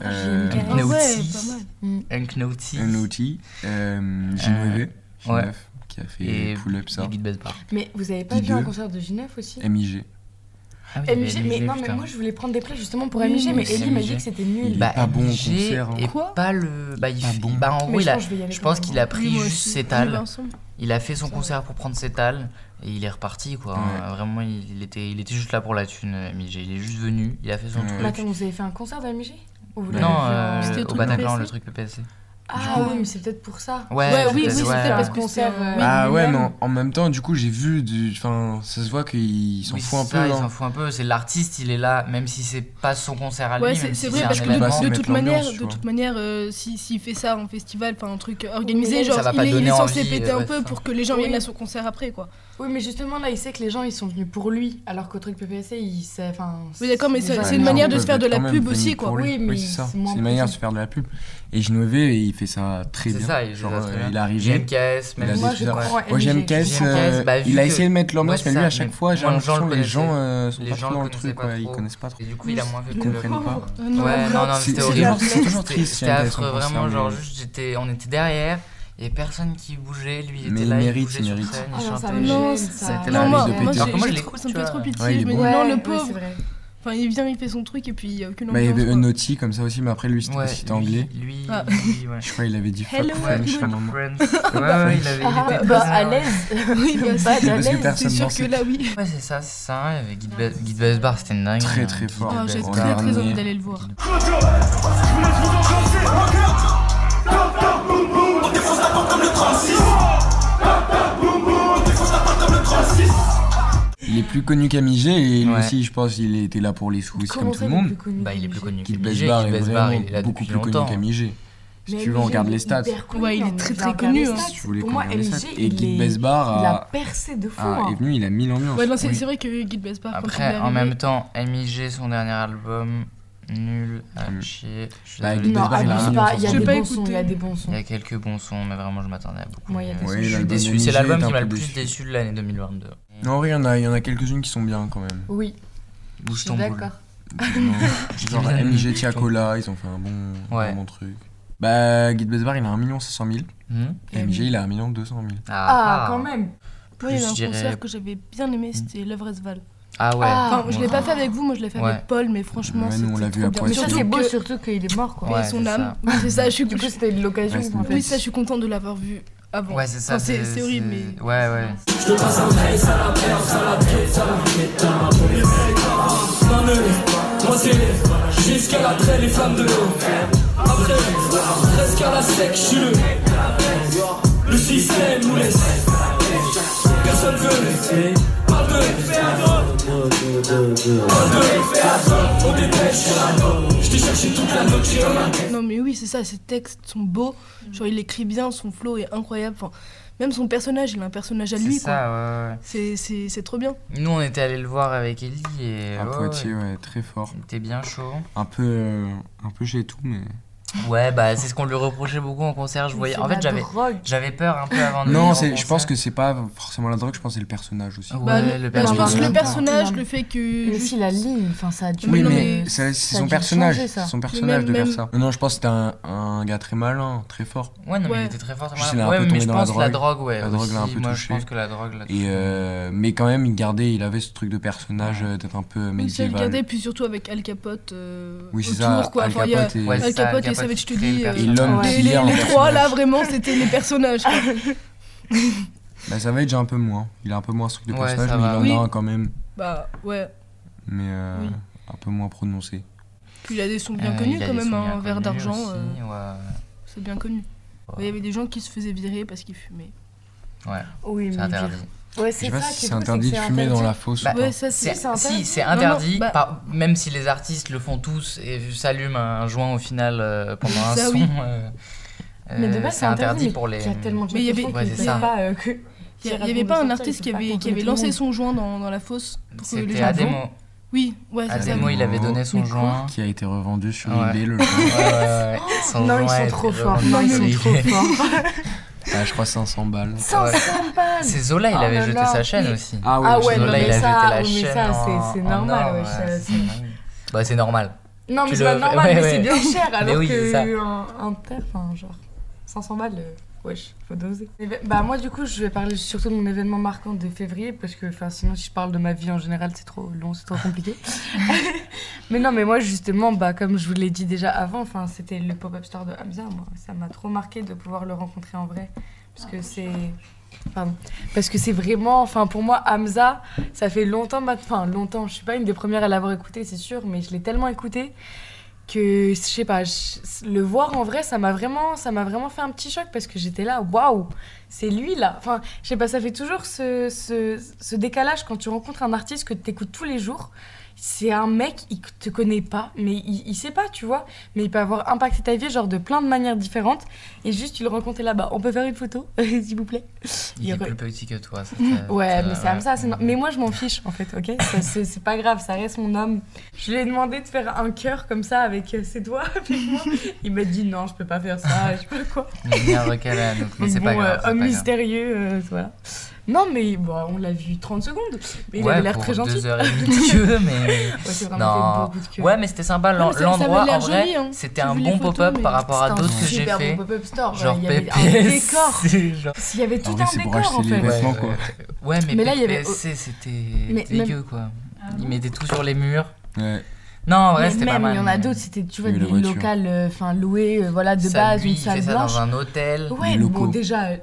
Speaker 3: euh,
Speaker 4: GMKS.
Speaker 5: Ah ouais,
Speaker 2: Naughty.
Speaker 5: pas mal.
Speaker 2: Unk Naughty.
Speaker 3: Naughty, euh, G9,
Speaker 2: ouais.
Speaker 3: qui a fait
Speaker 2: Et
Speaker 3: Pull-Up ça,
Speaker 2: David Bedbar.
Speaker 4: Mais vous avez pas
Speaker 3: Dis
Speaker 4: vu un
Speaker 3: deux.
Speaker 4: concert de G9 aussi
Speaker 3: MIG.
Speaker 2: Ah oui, il y avait
Speaker 4: MJ, mais
Speaker 2: MJ,
Speaker 4: non, mais
Speaker 2: putain.
Speaker 4: moi je voulais prendre des places justement pour
Speaker 5: Oui,
Speaker 4: MJ, mais
Speaker 2: mais
Speaker 4: Ellie m'a dit
Speaker 2: MJ.
Speaker 4: que c'était
Speaker 3: Il est
Speaker 4: nul.
Speaker 2: Bah,
Speaker 3: pas bon au
Speaker 2: MJ
Speaker 3: concert. hein.
Speaker 2: est
Speaker 5: Quoi
Speaker 2: pas le. Bah, il
Speaker 3: Pas
Speaker 2: fait-
Speaker 3: bon.
Speaker 2: bah, en
Speaker 4: Mais
Speaker 2: gros,
Speaker 4: je
Speaker 2: il a.
Speaker 4: pense que je vais y aller
Speaker 2: Je
Speaker 4: quand
Speaker 2: pense
Speaker 4: même.
Speaker 2: qu'il a
Speaker 5: hein. Oui,
Speaker 2: pris
Speaker 5: moi
Speaker 2: juste
Speaker 5: aussi.
Speaker 2: ses
Speaker 5: On y va
Speaker 2: tales.
Speaker 5: ensemble.
Speaker 2: Il a fait son concert pour prendre ses tales et il est reparti quoi. hein.
Speaker 3: Ouais.
Speaker 2: Vraiment, il il était, il était juste là pour la thune, euh, MJ. Il est juste venu, il a fait son
Speaker 3: Ouais.
Speaker 4: Mais
Speaker 5: Bah,
Speaker 2: truc.
Speaker 4: attends, vous avez fait un concert d'MJ
Speaker 2: Non, euh,
Speaker 5: C'était le
Speaker 2: au
Speaker 5: truc
Speaker 2: Bataclan,
Speaker 5: PPSC.
Speaker 2: le truc PPSC.
Speaker 4: Ah oui, mais c'est peut-être pour ça.
Speaker 2: Ouais,
Speaker 5: Ouais, oui,
Speaker 2: peut-être,
Speaker 5: oui,
Speaker 2: ouais.
Speaker 5: c'était parce
Speaker 4: Un
Speaker 5: que c'était
Speaker 4: concert, euh,
Speaker 5: un-
Speaker 3: Ah ouais, mais
Speaker 4: lui-même.
Speaker 3: en, en même temps, du coup, j'ai vu. du- Enfin, ça se voit qu'il s'en
Speaker 2: Oui,
Speaker 3: fout un
Speaker 2: c'est ça,
Speaker 3: peu.
Speaker 2: Il
Speaker 3: hein.
Speaker 2: s'en fout un peu. C'est l'artiste, il est là, même si c'est pas son concert à lui.
Speaker 5: Ouais,
Speaker 2: même
Speaker 5: c'est
Speaker 2: si
Speaker 5: c'est vrai,
Speaker 2: un
Speaker 5: parce que
Speaker 2: événement.
Speaker 5: de, de
Speaker 3: mettre
Speaker 5: toute manière,
Speaker 3: l'ambiance, tu
Speaker 5: de toute manière euh, si- s'il fait ça en festival, enfin un truc
Speaker 4: Oui, ça
Speaker 5: organisé, genre
Speaker 2: va pas
Speaker 5: il est, il est
Speaker 2: donner
Speaker 5: censé
Speaker 2: envie, euh,
Speaker 5: péter
Speaker 2: ouais,
Speaker 5: un
Speaker 2: c'est
Speaker 5: peu
Speaker 2: ça.
Speaker 5: pour que les gens
Speaker 4: Oui.
Speaker 5: viennent à son concert après, quoi.
Speaker 4: Oui, mais justement là, il sait que les gens ils sont venus pour lui, alors qu'au truc PPSC, il sait. Enfin.
Speaker 5: Oui, d'accord, mais
Speaker 4: les
Speaker 5: ça-
Speaker 4: gens,
Speaker 5: c'est
Speaker 4: ils
Speaker 5: une
Speaker 4: sont-
Speaker 5: manière
Speaker 3: ils
Speaker 5: de se
Speaker 3: peuvent
Speaker 5: faire de
Speaker 3: être
Speaker 5: la
Speaker 3: quand même
Speaker 5: pub aussi,
Speaker 3: venus
Speaker 5: quoi.
Speaker 3: pour lui.
Speaker 4: Oui, mais
Speaker 3: c'est ça.
Speaker 4: c'est
Speaker 3: C'est
Speaker 4: moins
Speaker 3: une manière de
Speaker 4: présent.
Speaker 3: se faire de la pub. Et Ginové, il fait ça très
Speaker 2: C'est
Speaker 3: bien.
Speaker 2: ça, il
Speaker 3: Genre,
Speaker 2: les a
Speaker 3: euh,
Speaker 2: très bien.
Speaker 3: il est arrivé.
Speaker 2: JMKS,
Speaker 3: Il a
Speaker 2: même
Speaker 3: des
Speaker 4: Moi,
Speaker 2: si-
Speaker 4: je
Speaker 3: heures.
Speaker 4: crois
Speaker 2: ouais.
Speaker 4: à
Speaker 3: Au
Speaker 4: MJ.
Speaker 3: GMKS, euh,
Speaker 2: bah, vu
Speaker 3: il a
Speaker 2: que-
Speaker 3: essayé de mettre l'ambiance,
Speaker 2: ouais,
Speaker 3: mais lui,
Speaker 2: ça,
Speaker 3: à chaque
Speaker 2: mais
Speaker 3: fois, j'ai
Speaker 2: moins de gens
Speaker 3: l'impression
Speaker 2: le
Speaker 3: que les gens
Speaker 2: connaissaient.
Speaker 3: euh, sont
Speaker 2: Les
Speaker 3: pas
Speaker 2: gens
Speaker 3: trop dans
Speaker 2: le
Speaker 3: le truc,
Speaker 2: connaissaient pas
Speaker 3: quoi, ils
Speaker 2: trop.
Speaker 3: connaissent pas trop.
Speaker 2: Et du coup, il a moins fait
Speaker 3: Ils
Speaker 2: que le-
Speaker 3: comprennent pas.
Speaker 5: Ah, non,
Speaker 2: Ouais, Euh, non, non, mais
Speaker 3: C'est-
Speaker 2: c'était
Speaker 3: c'est
Speaker 2: horrible.
Speaker 3: toujours- c'est toujours
Speaker 2: C'était-
Speaker 3: triste,
Speaker 2: C'était
Speaker 3: j'aime bien
Speaker 2: affreux,
Speaker 3: son concert,
Speaker 2: vraiment. Genre,
Speaker 3: mais-
Speaker 2: juste, j'étais- on était derrière, il y avait personne qui bougeait, lui, il
Speaker 3: Mais
Speaker 2: était
Speaker 3: il
Speaker 2: là, il
Speaker 3: mérite,
Speaker 2: bougeait
Speaker 3: il
Speaker 2: sur
Speaker 3: mérite.
Speaker 2: scène,
Speaker 4: Ah
Speaker 2: il
Speaker 4: non, ça
Speaker 2: chantait.
Speaker 4: me
Speaker 5: Non,
Speaker 4: gêne,
Speaker 2: c'était
Speaker 4: ça.
Speaker 2: la
Speaker 5: Non,
Speaker 3: vie
Speaker 5: moi,
Speaker 3: de
Speaker 5: moi,
Speaker 3: péter.
Speaker 5: j'ai-
Speaker 3: Alors que
Speaker 2: moi, je
Speaker 5: j'ai-
Speaker 2: l'écoute,
Speaker 5: ça
Speaker 2: tu
Speaker 5: me fait
Speaker 2: vois.
Speaker 5: trop pitié.
Speaker 3: Ouais, il est
Speaker 5: je me dis,
Speaker 3: bon.
Speaker 5: non,
Speaker 4: Ouais,
Speaker 5: le
Speaker 4: c'est
Speaker 5: pauvre.
Speaker 4: vrai.
Speaker 5: Enfin, il vient, il fait son truc, et puis il n'y a aucune
Speaker 3: Bah, il y
Speaker 5: ambiance.
Speaker 3: avait
Speaker 5: quoi.
Speaker 3: Naughty comme ça aussi, mais après, lui,
Speaker 2: Ouais,
Speaker 3: c'était c'était
Speaker 2: lui-
Speaker 3: anglais.
Speaker 2: Lui,
Speaker 5: Ah.
Speaker 2: lui, ouais.
Speaker 3: Je crois qu'il avait dit fuck
Speaker 5: Hello,
Speaker 2: Ouais,
Speaker 3: French
Speaker 2: je
Speaker 3: à un moment.
Speaker 2: Ouais, ouais, il avait.
Speaker 4: Ah,
Speaker 2: il était
Speaker 4: bah,
Speaker 2: très
Speaker 4: à
Speaker 2: bien.
Speaker 4: l'aise.
Speaker 5: Oui, bah,
Speaker 4: Pas à
Speaker 5: c'est-
Speaker 3: Parce que
Speaker 4: l'aise.
Speaker 5: c'est
Speaker 3: personne
Speaker 5: sûr
Speaker 3: dansait.
Speaker 5: que là, oui.
Speaker 2: Ouais, c'est ça, c'est ça. Il y avait Guide Ba- Guide Besbar, c'était une hein. dingue.
Speaker 3: Très, très
Speaker 2: Guide
Speaker 3: fort.
Speaker 5: Ah, J'ai
Speaker 2: Besbar.
Speaker 5: très
Speaker 3: dernier.
Speaker 5: très envie d'aller le voir.
Speaker 7: On défonce la porte comme le 36 On défonce la porte comme le 36
Speaker 3: Il est plus connu qu'Amigé et lui
Speaker 2: Ouais.
Speaker 3: aussi, je pense, il était là pour les sous, c'est comme
Speaker 4: Comment
Speaker 3: tout
Speaker 4: ça,
Speaker 3: le
Speaker 4: il est
Speaker 3: monde.
Speaker 4: plus connu
Speaker 2: Bah, il est plus connu que
Speaker 3: Kid
Speaker 2: MJ,
Speaker 3: Besbar est
Speaker 2: Kid
Speaker 3: vraiment
Speaker 2: il est là
Speaker 3: beaucoup
Speaker 2: depuis
Speaker 3: plus connu
Speaker 2: longtemps.
Speaker 3: qu'Amigé. Si
Speaker 4: Mais
Speaker 3: tu veux, on
Speaker 4: MJ,
Speaker 3: regarde les
Speaker 4: il est
Speaker 3: stats.
Speaker 4: hyper
Speaker 5: Ouais, il
Speaker 4: non,
Speaker 5: est
Speaker 4: mais
Speaker 5: très,
Speaker 4: je vais
Speaker 5: très
Speaker 4: regarder les
Speaker 5: connu, hein.
Speaker 4: stats.
Speaker 3: Si tu voulais
Speaker 4: Pour moi,
Speaker 3: qu'on regarde les
Speaker 4: MJ,
Speaker 3: stats. Et
Speaker 4: il
Speaker 3: Guy
Speaker 4: est-
Speaker 3: Besbar
Speaker 4: il a
Speaker 3: a-
Speaker 4: percé de fou.
Speaker 3: Ah,
Speaker 4: hein.
Speaker 3: est venu, il a mis l'ambiance.
Speaker 5: Ouais, non, c'est
Speaker 3: Oui.
Speaker 5: c'est vrai que Guy Besbar, quand il est
Speaker 2: Après, en
Speaker 5: arrivé-
Speaker 2: même temps, MIG, son dernier album, nul à
Speaker 3: Mm.
Speaker 2: chier. Je suis
Speaker 3: Bah,
Speaker 2: désolé.
Speaker 3: Guy
Speaker 4: Non,
Speaker 3: Besbar, il a
Speaker 4: abuse
Speaker 3: rien mis
Speaker 4: pas, il y a
Speaker 5: sur
Speaker 4: des
Speaker 5: scène.
Speaker 4: bons sons, il y a des bons sons.
Speaker 2: Il y a quelques bons sons, mais vraiment, je m'attendais à beaucoup.
Speaker 4: Moi, il y a des
Speaker 2: mieux.
Speaker 4: sons.
Speaker 3: Ouais,
Speaker 2: je suis
Speaker 3: l'album
Speaker 2: déçu.
Speaker 3: MJ
Speaker 2: C'est
Speaker 3: est
Speaker 2: l'album
Speaker 3: un
Speaker 2: qui m'a
Speaker 3: peu
Speaker 2: le plus
Speaker 3: déçu.
Speaker 2: déçu de l'année 2022.
Speaker 3: Non, en vrai, il y en a, il y en a quelques-unes qui sont bien quand même.
Speaker 4: Oui, je
Speaker 2: Bouge
Speaker 4: suis
Speaker 2: ton boule.
Speaker 4: d'accord.
Speaker 3: Non. Genre
Speaker 2: bien.
Speaker 3: MJ Tiakola, ils ont fait un bon,
Speaker 2: Ouais.
Speaker 3: un bon truc. Bah, Guy Besbar, il a 1 500 000.
Speaker 2: Hmm
Speaker 5: Et
Speaker 3: MJ, il a 1 200 000.
Speaker 4: Ah, quand même.
Speaker 5: Moi, il
Speaker 2: plus,
Speaker 5: y a un
Speaker 2: je dirais-
Speaker 5: concert que j'avais bien aimé, c'était L'œuvre Esval.
Speaker 2: Ah ouais.
Speaker 4: Ah,
Speaker 5: Enfin, je l'ai
Speaker 2: Ouais.
Speaker 5: pas fait avec vous, moi je l'ai fait
Speaker 2: Ouais.
Speaker 5: avec Paul, mais franchement,
Speaker 3: Ouais, nous, on l'a
Speaker 5: c'était
Speaker 3: vu à
Speaker 5: trop
Speaker 3: Poitiers.
Speaker 4: Mais
Speaker 5: bien.
Speaker 4: ça,
Speaker 5: surtout
Speaker 4: c'est beau,
Speaker 5: que-
Speaker 4: surtout qu'il est mort, quoi.
Speaker 5: mais
Speaker 2: Ouais,
Speaker 5: son
Speaker 2: c'est
Speaker 5: âme. Oui, c'est ça, je suis
Speaker 4: Du coup, c'était de
Speaker 3: Ouais,
Speaker 4: l'occasion,
Speaker 3: c'est
Speaker 4: en
Speaker 5: Oui,
Speaker 4: fait.
Speaker 5: ça, je suis contente de l'avoir vu avant.
Speaker 2: Ouais, c'est ça.
Speaker 5: Enfin, c'est c'est horrible, mais.
Speaker 2: c'est- Ouais, ouais.
Speaker 9: Moi c'est jusqu'à la traîne les flammes de l'eau. frère, presque à la sec, je suis le. Le système nous laisse. Personne veut. Parle de Parle de On dépêche. Je t'ai cherché toute la note, j'ai un
Speaker 5: Non mais oui, c'est ça, ses textes sont beaux, genre il écrit bien, son flow est incroyable, enfin, même son personnage, il a un personnage à
Speaker 2: C'est
Speaker 5: lui quoi.
Speaker 2: ça, ouais, ouais.
Speaker 5: C'est- C'est c'est trop bien.
Speaker 2: Nous, on était allé le voir avec Ellie et.
Speaker 3: À
Speaker 2: Eh ouais,
Speaker 3: Poitiers,
Speaker 2: ouais,
Speaker 3: ouais, très fort.
Speaker 2: Il était bien chaud.
Speaker 3: Un peu, euh, un peu chez tout, mais.
Speaker 2: Ouais, bah c'est ce qu'on lui reprochait beaucoup en concert. Je voyais. En fait, j'avais j'avais peur un peu avant de venir
Speaker 3: Non,
Speaker 2: en
Speaker 3: c'est- je
Speaker 2: concert.
Speaker 3: pense que c'est pas forcément la drogue, je pense que c'est le personnage aussi.
Speaker 2: Ouais,
Speaker 5: Bah,
Speaker 2: le
Speaker 5: je pense
Speaker 2: personnage.
Speaker 5: que le
Speaker 4: Non,
Speaker 5: personnage,
Speaker 4: non.
Speaker 5: le fait que.
Speaker 4: Mais
Speaker 5: juste-
Speaker 4: aussi la ligne, enfin ça a dû.
Speaker 3: Oui,
Speaker 5: non,
Speaker 3: mais
Speaker 5: mais
Speaker 3: c'est c'est
Speaker 4: ça a
Speaker 3: son
Speaker 4: dû
Speaker 3: personnage,
Speaker 4: changer, ça.
Speaker 3: c'est son personnage
Speaker 5: même-
Speaker 3: de
Speaker 5: même-
Speaker 3: faire ça. Non, non, je pense que c'était un, un gars très malin, très fort.
Speaker 2: Ouais, non, mais il
Speaker 5: Ouais.
Speaker 2: était très fort.
Speaker 3: Juste,
Speaker 2: voilà.
Speaker 3: il a un
Speaker 2: ouais,
Speaker 3: peu
Speaker 2: mais
Speaker 3: tombé
Speaker 2: je
Speaker 3: dans la
Speaker 2: pense la
Speaker 3: drogue.
Speaker 2: drogue, ouais.
Speaker 3: La drogue
Speaker 2: aussi.
Speaker 3: l'a un peu
Speaker 2: Moi,
Speaker 3: touché.
Speaker 2: je pense que la drogue l'a
Speaker 3: Et euh, mais quand même, il gardait, il avait ce truc de personnage euh, peut-être un peu
Speaker 5: Oui, c'est le
Speaker 3: médiéval.
Speaker 5: garder, puis surtout avec Al Capote euh,
Speaker 3: Oui, c'est
Speaker 5: autour,
Speaker 3: ça.
Speaker 5: quoi.
Speaker 3: Al
Speaker 5: Enfin, il y a-
Speaker 3: Capote et-
Speaker 2: Ouais,
Speaker 5: Al
Speaker 2: c'est ça, Al
Speaker 5: Capote et
Speaker 2: Capote
Speaker 5: Savage
Speaker 2: qui
Speaker 5: te
Speaker 2: crée le
Speaker 5: dis. euh,
Speaker 3: et l'homme
Speaker 5: les-
Speaker 3: qui
Speaker 5: les,
Speaker 3: lire
Speaker 5: les trois là, vraiment, c'était les personnages. quoi.
Speaker 3: Bah, ça va être un peu moins. Il a un peu moins ce truc de
Speaker 2: Ouais,
Speaker 3: personnage,
Speaker 2: ça
Speaker 3: mais
Speaker 2: va.
Speaker 3: il en
Speaker 5: Oui.
Speaker 3: a un quand même,
Speaker 5: bah ouais.
Speaker 3: mais euh,
Speaker 5: Oui.
Speaker 3: un peu moins prononcé.
Speaker 5: Puis il a des sons bien
Speaker 2: Euh,
Speaker 5: connus
Speaker 2: il a
Speaker 5: quand
Speaker 2: des
Speaker 5: même,
Speaker 2: sons
Speaker 5: un
Speaker 2: bien
Speaker 5: verre
Speaker 2: connus
Speaker 5: d'argent,
Speaker 2: aussi,
Speaker 5: euh,
Speaker 4: Mm.
Speaker 2: ouais.
Speaker 5: c'est bien connu.
Speaker 2: Ouais.
Speaker 5: Il y avait des gens qui se faisaient virer parce qu'ils fumaient.
Speaker 2: Ouais,
Speaker 4: Oui,
Speaker 2: c'est
Speaker 4: mais
Speaker 2: interdit.
Speaker 4: Ouais,
Speaker 3: Je
Speaker 4: c'est
Speaker 3: sais pas
Speaker 4: ça.
Speaker 3: si
Speaker 4: qui est
Speaker 3: c'est
Speaker 4: fou, que
Speaker 3: interdit de
Speaker 4: c'est
Speaker 3: fumer dans
Speaker 4: interdit.
Speaker 3: la fosse.
Speaker 5: Bah,
Speaker 3: ou pas.
Speaker 5: ouais, ça c'est.
Speaker 2: C'est-
Speaker 4: c'est interdit.
Speaker 2: Si, c'est
Speaker 5: Non, non,
Speaker 2: interdit,
Speaker 5: bah-
Speaker 2: par- même si les artistes le font tous et s'allument un joint au final euh, pendant un
Speaker 5: Ça,
Speaker 2: son.
Speaker 5: oui.
Speaker 2: euh,
Speaker 4: Mais de
Speaker 2: euh,
Speaker 4: base,
Speaker 2: c'est interdit pour les.
Speaker 4: Il y a tellement de
Speaker 5: Mais il y
Speaker 4: gens qui
Speaker 5: avait-
Speaker 4: font
Speaker 2: Ouais,
Speaker 4: qu'ils
Speaker 2: c'est ça.
Speaker 4: peuvent pas, euh, que- qui
Speaker 5: Il n'y
Speaker 4: racontent
Speaker 5: avait pas
Speaker 4: des
Speaker 5: un
Speaker 4: histoires,
Speaker 5: artiste
Speaker 4: ils
Speaker 5: qui
Speaker 4: peuvent pas
Speaker 5: avait, qui
Speaker 4: raconter
Speaker 5: avait
Speaker 4: tout le
Speaker 5: lancé
Speaker 4: monde.
Speaker 5: son joint dans, dans la fosse pour que les
Speaker 2: C'était
Speaker 5: gens.
Speaker 2: Ademo.
Speaker 5: Oui, ouais, c'est ça.
Speaker 2: Ademo, il avait donné son
Speaker 5: Mais quoi
Speaker 2: joint.
Speaker 3: Qui a été revendu sur
Speaker 2: Ouais.
Speaker 3: eBay le
Speaker 2: Ouais,
Speaker 3: jour.
Speaker 2: ouais, ouais. Son
Speaker 4: Oh, Non, ils
Speaker 2: joint
Speaker 4: sont
Speaker 2: est
Speaker 4: trop
Speaker 2: vraiment
Speaker 4: forts. Non, ils sont
Speaker 2: solide.
Speaker 4: trop forts.
Speaker 3: Ah, je crois 500 balles.
Speaker 2: Ouais.
Speaker 4: 500 balles
Speaker 2: C'est Zola, il
Speaker 4: Oh
Speaker 2: avait
Speaker 4: là
Speaker 2: jeté
Speaker 4: là,
Speaker 2: sa chaîne
Speaker 4: oui.
Speaker 2: aussi.
Speaker 3: Ah
Speaker 4: Ah
Speaker 3: je
Speaker 4: ouais,
Speaker 3: sais
Speaker 4: non,
Speaker 3: pas.
Speaker 2: Zola,
Speaker 4: mais
Speaker 2: il a
Speaker 4: ça,
Speaker 2: jeté la
Speaker 4: oui, mais
Speaker 2: chaîne.
Speaker 4: ça,
Speaker 2: en-
Speaker 4: c'est- c'est
Speaker 2: en
Speaker 4: normal,
Speaker 2: or,
Speaker 4: ouais, ça,
Speaker 2: c'est
Speaker 4: c'est-
Speaker 2: normal. Bah, c'est normal.
Speaker 4: Non,
Speaker 2: Tu
Speaker 4: mais c'est pas
Speaker 2: le-
Speaker 4: normal,
Speaker 2: ouais,
Speaker 4: mais
Speaker 2: ouais.
Speaker 4: c'est bien cher. Alors
Speaker 2: oui, c'est ça.
Speaker 4: que un, un terre, enfin, genre 500 balles, euh, wesh, faut doser. Eh ben, Bah, moi, du coup, je vais parler surtout de mon événement marquant de février parce que enfin, sinon, si je parle de ma vie en général, c'est trop long, c'est trop compliqué. mais non, mais moi, justement, bah, comme je vous l'ai dit déjà avant, enfin, c'était le pop-up store de Hamza. Moi, ça m'a trop marqué de pouvoir le rencontrer en vrai parce que c'est. Pardon. Parce que c'est vraiment, enfin pour moi, Hamza, ça fait longtemps maintenant, enfin longtemps, je suis pas une des premières à l'avoir écouté, c'est sûr, mais je l'ai tellement écouté que je sais pas, je- le voir en vrai, ça m'a vraiment, ça m'a vraiment fait un petit choc parce que j'étais là, waouh, c'est lui là. Enfin, je sais pas, ça fait toujours ce, ce- ce décalage quand tu rencontres un artiste que tu écoutes tous les jours. C'est un mec, il te connaît pas, mais il, il sait pas, tu vois. Mais il peut avoir impacté ta vie, genre de plein de manières différentes. Et juste, tu le rencontrais là-bas. On peut faire une photo, s'il vous plaît
Speaker 2: Il
Speaker 4: Il
Speaker 2: est
Speaker 4: re-
Speaker 2: plus petit que toi. euh, ça te-
Speaker 4: Ouais,
Speaker 2: te-
Speaker 4: mais c'est comme ça. c'est no-
Speaker 2: ouais.
Speaker 4: Mais moi, je m'en fiche, en fait, ok Ça, c'est, c'est pas grave, ça reste mon homme. Je lui ai demandé de faire un cœur comme ça avec euh, ses doigts, avec moi. Il m'a dit non, je peux pas faire ça, je sais pas quoi.
Speaker 2: Il vient recaler à nous. Mais c'est
Speaker 4: bon,
Speaker 2: pas
Speaker 4: euh,
Speaker 2: grave. c'est pas
Speaker 4: homme
Speaker 2: grave.
Speaker 4: mystérieux, euh, voilà. Non, mais bon, on l'a vu 30 secondes. Mais il
Speaker 2: ouais,
Speaker 4: avait l'air
Speaker 2: pour
Speaker 4: très gentil.
Speaker 2: Deux heures et demie de queue, mais.
Speaker 4: Ouais, c'est vraiment fait
Speaker 2: Non.
Speaker 4: beaucoup de queue.
Speaker 2: Ouais, mais c'était sympa.
Speaker 5: Non,
Speaker 2: l'en-
Speaker 5: mais ça- ça avait
Speaker 2: L'endroit, en
Speaker 5: l'air
Speaker 2: vrai,
Speaker 5: joli, hein.
Speaker 2: c'était
Speaker 5: J'ai
Speaker 2: un
Speaker 5: vu
Speaker 2: bon
Speaker 5: les photos,
Speaker 2: pop-up
Speaker 5: mais
Speaker 2: par rapport à
Speaker 4: C'était un
Speaker 2: d'autres que j'ai
Speaker 4: super
Speaker 2: fait.
Speaker 4: bon pop-up store.
Speaker 2: Genre
Speaker 4: il y avait un
Speaker 2: PPS.
Speaker 4: décor.
Speaker 2: c'est genre-
Speaker 4: Il y avait tout
Speaker 3: En vrai,
Speaker 4: un
Speaker 3: Ah c'est pour
Speaker 4: décor, en
Speaker 3: acheter les
Speaker 4: fait.
Speaker 3: vêtements, quoi.
Speaker 2: ouais. Ouais, mais,
Speaker 4: Mais là, il y avait-
Speaker 2: PPSC, c'était
Speaker 4: Mais Ah
Speaker 2: dégueu, quoi. Ils mettaient tout sur les murs.
Speaker 3: Ouais.
Speaker 2: Non, en vrai,
Speaker 4: Mais
Speaker 2: c'était pas
Speaker 4: même,
Speaker 2: mal.
Speaker 4: il y en a
Speaker 2: mais-
Speaker 4: d'autres, c'était, tu vois,
Speaker 3: Il y a eu
Speaker 4: des
Speaker 3: la voiture.
Speaker 4: locales euh, enfin, louées, euh, voilà, de
Speaker 2: Ça,
Speaker 4: base,
Speaker 2: lui,
Speaker 4: une
Speaker 2: il fait
Speaker 4: salle
Speaker 2: ça
Speaker 4: blanche.
Speaker 2: dans un hôtel.
Speaker 4: Ouais,
Speaker 3: Les
Speaker 4: bon,
Speaker 3: locaux.
Speaker 4: déjà. euh,